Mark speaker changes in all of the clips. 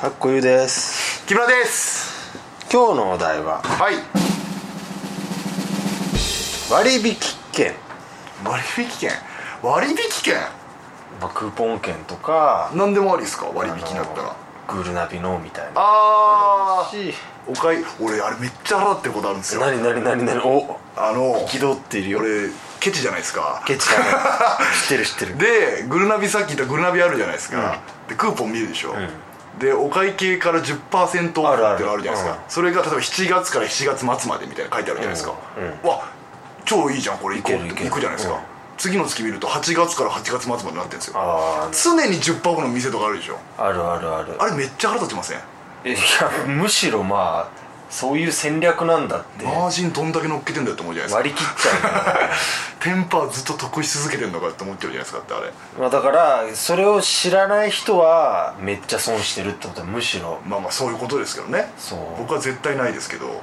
Speaker 1: かっこゆうです
Speaker 2: 木村です
Speaker 1: 今日のお題は
Speaker 2: はい
Speaker 1: 割引券、
Speaker 2: 割引券割引券
Speaker 1: まあ、クーポン券とか
Speaker 2: 何でもありですか割引だったら
Speaker 1: あのグルナビのみたいな
Speaker 2: あー
Speaker 1: し
Speaker 2: おかい俺あれめっちゃ払ってることあるんですよ
Speaker 1: 何何何何お
Speaker 2: あの
Speaker 1: 気取っているよ
Speaker 2: 俺ケチじゃないですか
Speaker 1: ケチだね知ってる知ってる
Speaker 2: でグルナビさっき言ったグルナビあるじゃないですか、でクーポン見るでしょ、でお会計から10%オ
Speaker 1: あるある
Speaker 2: フってのあるじゃないですか
Speaker 1: う
Speaker 2: それが例えば7月から7月末までみたいな書いてあるじゃないですか、わ超いいじゃんこれ行こう
Speaker 1: いける
Speaker 2: っ
Speaker 1: いけ
Speaker 2: て
Speaker 1: る
Speaker 2: 行くじゃないですか、
Speaker 1: うん
Speaker 2: 次の月見ると8月から8月末までなってるんですよ
Speaker 1: あ
Speaker 2: 常に10%オフの店とかあるでしょ
Speaker 1: ああるあるある
Speaker 2: あれめっちゃ腹立ちません
Speaker 1: いやむしろまあそういう戦略なんだって
Speaker 2: マージンどんだけ乗っけてんだよって思うじゃないですか
Speaker 1: 割り切っちゃうよね
Speaker 2: テンパーずっと得し続けてんのかって思ってるじゃないですかってあれ
Speaker 1: まあだからそれを知らない人はめっちゃ損してるってことはむしろ
Speaker 2: まあまあそういうことですけどね
Speaker 1: そう
Speaker 2: 僕は絶対ないですけど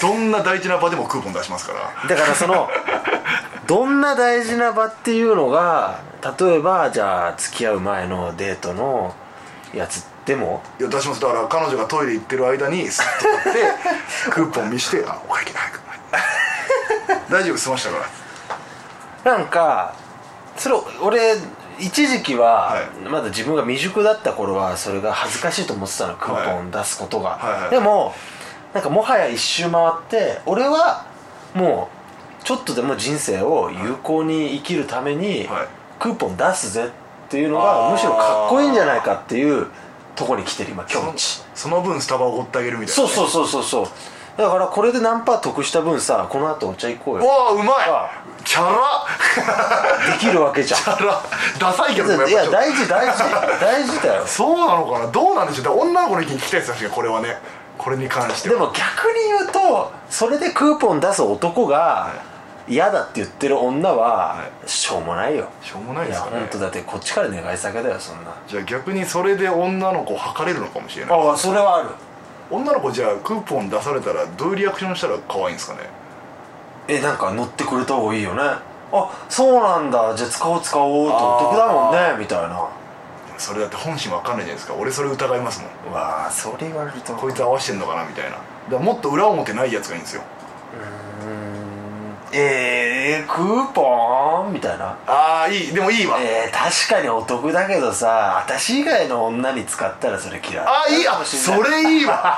Speaker 2: どんな大事な場でもクーポン出しますから
Speaker 1: だからそのどんな大事な場っていうのが例えばじゃあ付き合う前のデートのやつでも
Speaker 2: いや出しますだから彼女がトイレ行ってる間にスッと 取ってクーポン見して「あお会計だ早く早く大丈夫済ましたから」
Speaker 1: なんかそれ俺一時期は、
Speaker 2: は
Speaker 1: まだ自分が未熟だった頃はそれが恥ずかしいと思ってたのクーポン出すことが、
Speaker 2: はいはい
Speaker 1: でもなんかもはや一周回って俺はもうちょっとでも人生を有効に生きるために、
Speaker 2: はい
Speaker 1: クーポン出すぜっていうのが
Speaker 2: あー
Speaker 1: むしろかっこいいんじゃないかっていうとこに来てる今
Speaker 2: そ
Speaker 1: 境
Speaker 2: の
Speaker 1: 地
Speaker 2: その分スタバおごってあげるみたいな
Speaker 1: そう
Speaker 2: ね、
Speaker 1: そうそうそうそうだからこれで何パー得した分さこの後お茶行こう
Speaker 2: う
Speaker 1: よ
Speaker 2: わあうま
Speaker 1: あ
Speaker 2: いチャラ
Speaker 1: できるわけじゃん
Speaker 2: チャラダサいけども
Speaker 1: い
Speaker 2: やっぱ
Speaker 1: や
Speaker 2: ちょ
Speaker 1: 大
Speaker 2: っと
Speaker 1: 事大事 大事だよ
Speaker 2: そうなのかなどうなんでしょうだから女の子の意見聞きたいですよ確かにこれはねこれに関して
Speaker 1: で
Speaker 2: は
Speaker 1: も逆に言うとそれでクーポン出す男が嫌だって言ってる女は
Speaker 2: は
Speaker 1: しょうもないよ
Speaker 2: しょうもない
Speaker 1: い
Speaker 2: で
Speaker 1: や
Speaker 2: すかね
Speaker 1: 本当だってこっちから願い酒だよそんな
Speaker 2: じゃあ逆にそれで女の子を測れるのかもしれない
Speaker 1: ああそれはある
Speaker 2: 女の子じゃあクーポン出されたらどういうリアクションしたら可愛いんですかね
Speaker 1: えなんか乗ってくれた方がいいよねあそうなんだじゃあ使おう使おうとお得だもんねみたいな
Speaker 2: それだって本心わかんないじゃないですか俺それ疑いますもん
Speaker 1: うわあそれ言われると
Speaker 2: こいつ合わしてんのかなみたいなだからもっと裏表ないやつがいいんですよ
Speaker 1: えー、クーポンみたいな
Speaker 2: ああいいでもいいわ、
Speaker 1: えー、確かにお得だけどさ私以外の女に使ったらそれ嫌い
Speaker 2: ああいいあそれい いわ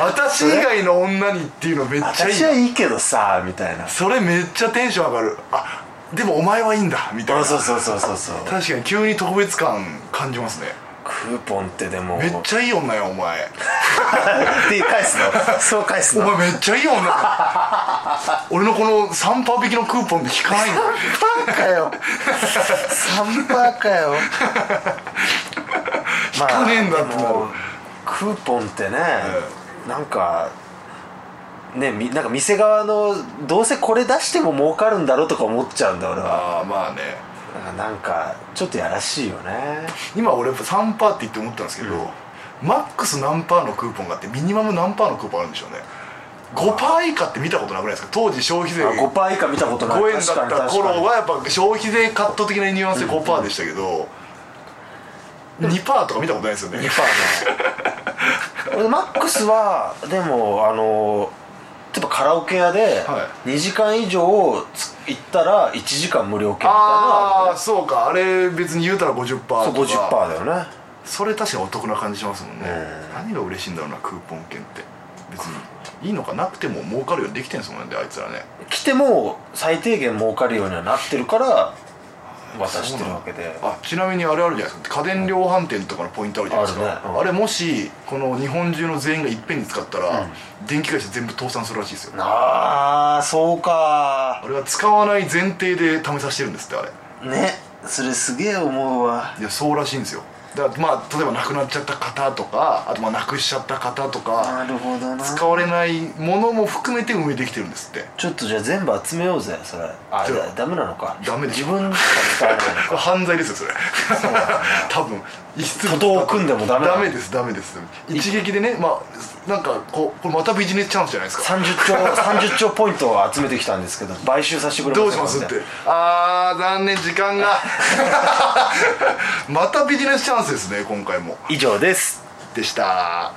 Speaker 2: 私以外の女にっていうのめっちゃいい
Speaker 1: 私
Speaker 2: な
Speaker 1: はいいけどさみたいな
Speaker 2: それめっちゃテンション上がるあでもお前はいいんだみたい
Speaker 1: あ
Speaker 2: な
Speaker 1: そうそうそうそうそう
Speaker 2: 確かに急に特別感感じますね
Speaker 1: クーポンってでも
Speaker 2: めっちゃいい女やお前
Speaker 1: って返すのそう返す
Speaker 2: お
Speaker 1: の
Speaker 2: 前めっちゃいい女だ俺のこの3パー引きのクーポンで引かないの
Speaker 1: パーかよ3パーかよま
Speaker 2: 引かねえんだってなる
Speaker 1: でもクーポンってね、なんかねみなんか店側のどうせこれ出しても儲かるんだろうとか思っちゃうんだ俺は
Speaker 2: ああまあね
Speaker 1: なんかちょっとやらしいよ ね
Speaker 2: 今俺3パーって言って思ったんですけど、マックス何パーのクーポンがあってミニマム何パーのクーポンあるんでしょうね5パー以下って見たことなくないですか当時消費税
Speaker 1: あ5パー以下見たことない
Speaker 2: 5円だ
Speaker 1: 確か
Speaker 2: っ
Speaker 1: に
Speaker 2: た
Speaker 1: 確か
Speaker 2: 頃
Speaker 1: に
Speaker 2: はやっぱ消費税カット的なニュアンスで5パーでしたけど、2パーとか見たことないですよね
Speaker 1: 2パーね俺マックスはでもあの例えばカラオケ屋で
Speaker 2: は
Speaker 1: 2時間以上つ行ったら1時間無料券みたいなのあ
Speaker 2: ああそうかあれ別に言うたら50%とか
Speaker 1: るよねそう50%だよね
Speaker 2: それ確かにお得な感じしますもんね何が嬉しいんだろうなクーポン券って別にいいのかなくても儲かるようにできてんすもんねあいつらね
Speaker 1: 来ても最低限儲かるようにはなってるから渡してるわけで
Speaker 2: あちなみにあれあるじゃないですか家電量販店とかのポイントあるじゃないです
Speaker 1: あ
Speaker 2: か
Speaker 1: る
Speaker 2: あ,、
Speaker 1: ねうん
Speaker 2: れもしこの日本中の全員がいっぺんに使ったら、電気会社全部倒産するらしいですよ
Speaker 1: ああそうか
Speaker 2: あれは使わない前提で試させてるんですってあれ
Speaker 1: ねそれすげえ思うわ
Speaker 2: いやそうらしいんですよだからまあ例えば亡くなっちゃった方とかあとまあなくしちゃった方と
Speaker 1: な
Speaker 2: か
Speaker 1: るほどな
Speaker 2: 使われないものも含めて運営できてるんですって
Speaker 1: ちょっとじゃあ全部集めようぜそれあ
Speaker 2: じゃあ
Speaker 1: だダメなのか
Speaker 2: ダメでし
Speaker 1: 自
Speaker 2: ょ
Speaker 1: 分しか使えないのか
Speaker 2: 犯罪ですよそれ多分一室
Speaker 1: 徒党を組んでもダメなの
Speaker 2: ダメですダメです一撃でねまあなんかこうこれまたビジネスチャンスじゃないですか
Speaker 1: 30兆30兆ポイントを集めてきたんですけど買収させてくれ
Speaker 2: どう
Speaker 1: せ
Speaker 2: し
Speaker 1: ん
Speaker 2: ますってあー残念時間がまたビジネスチャンススですね今回も
Speaker 1: 以上です
Speaker 2: でした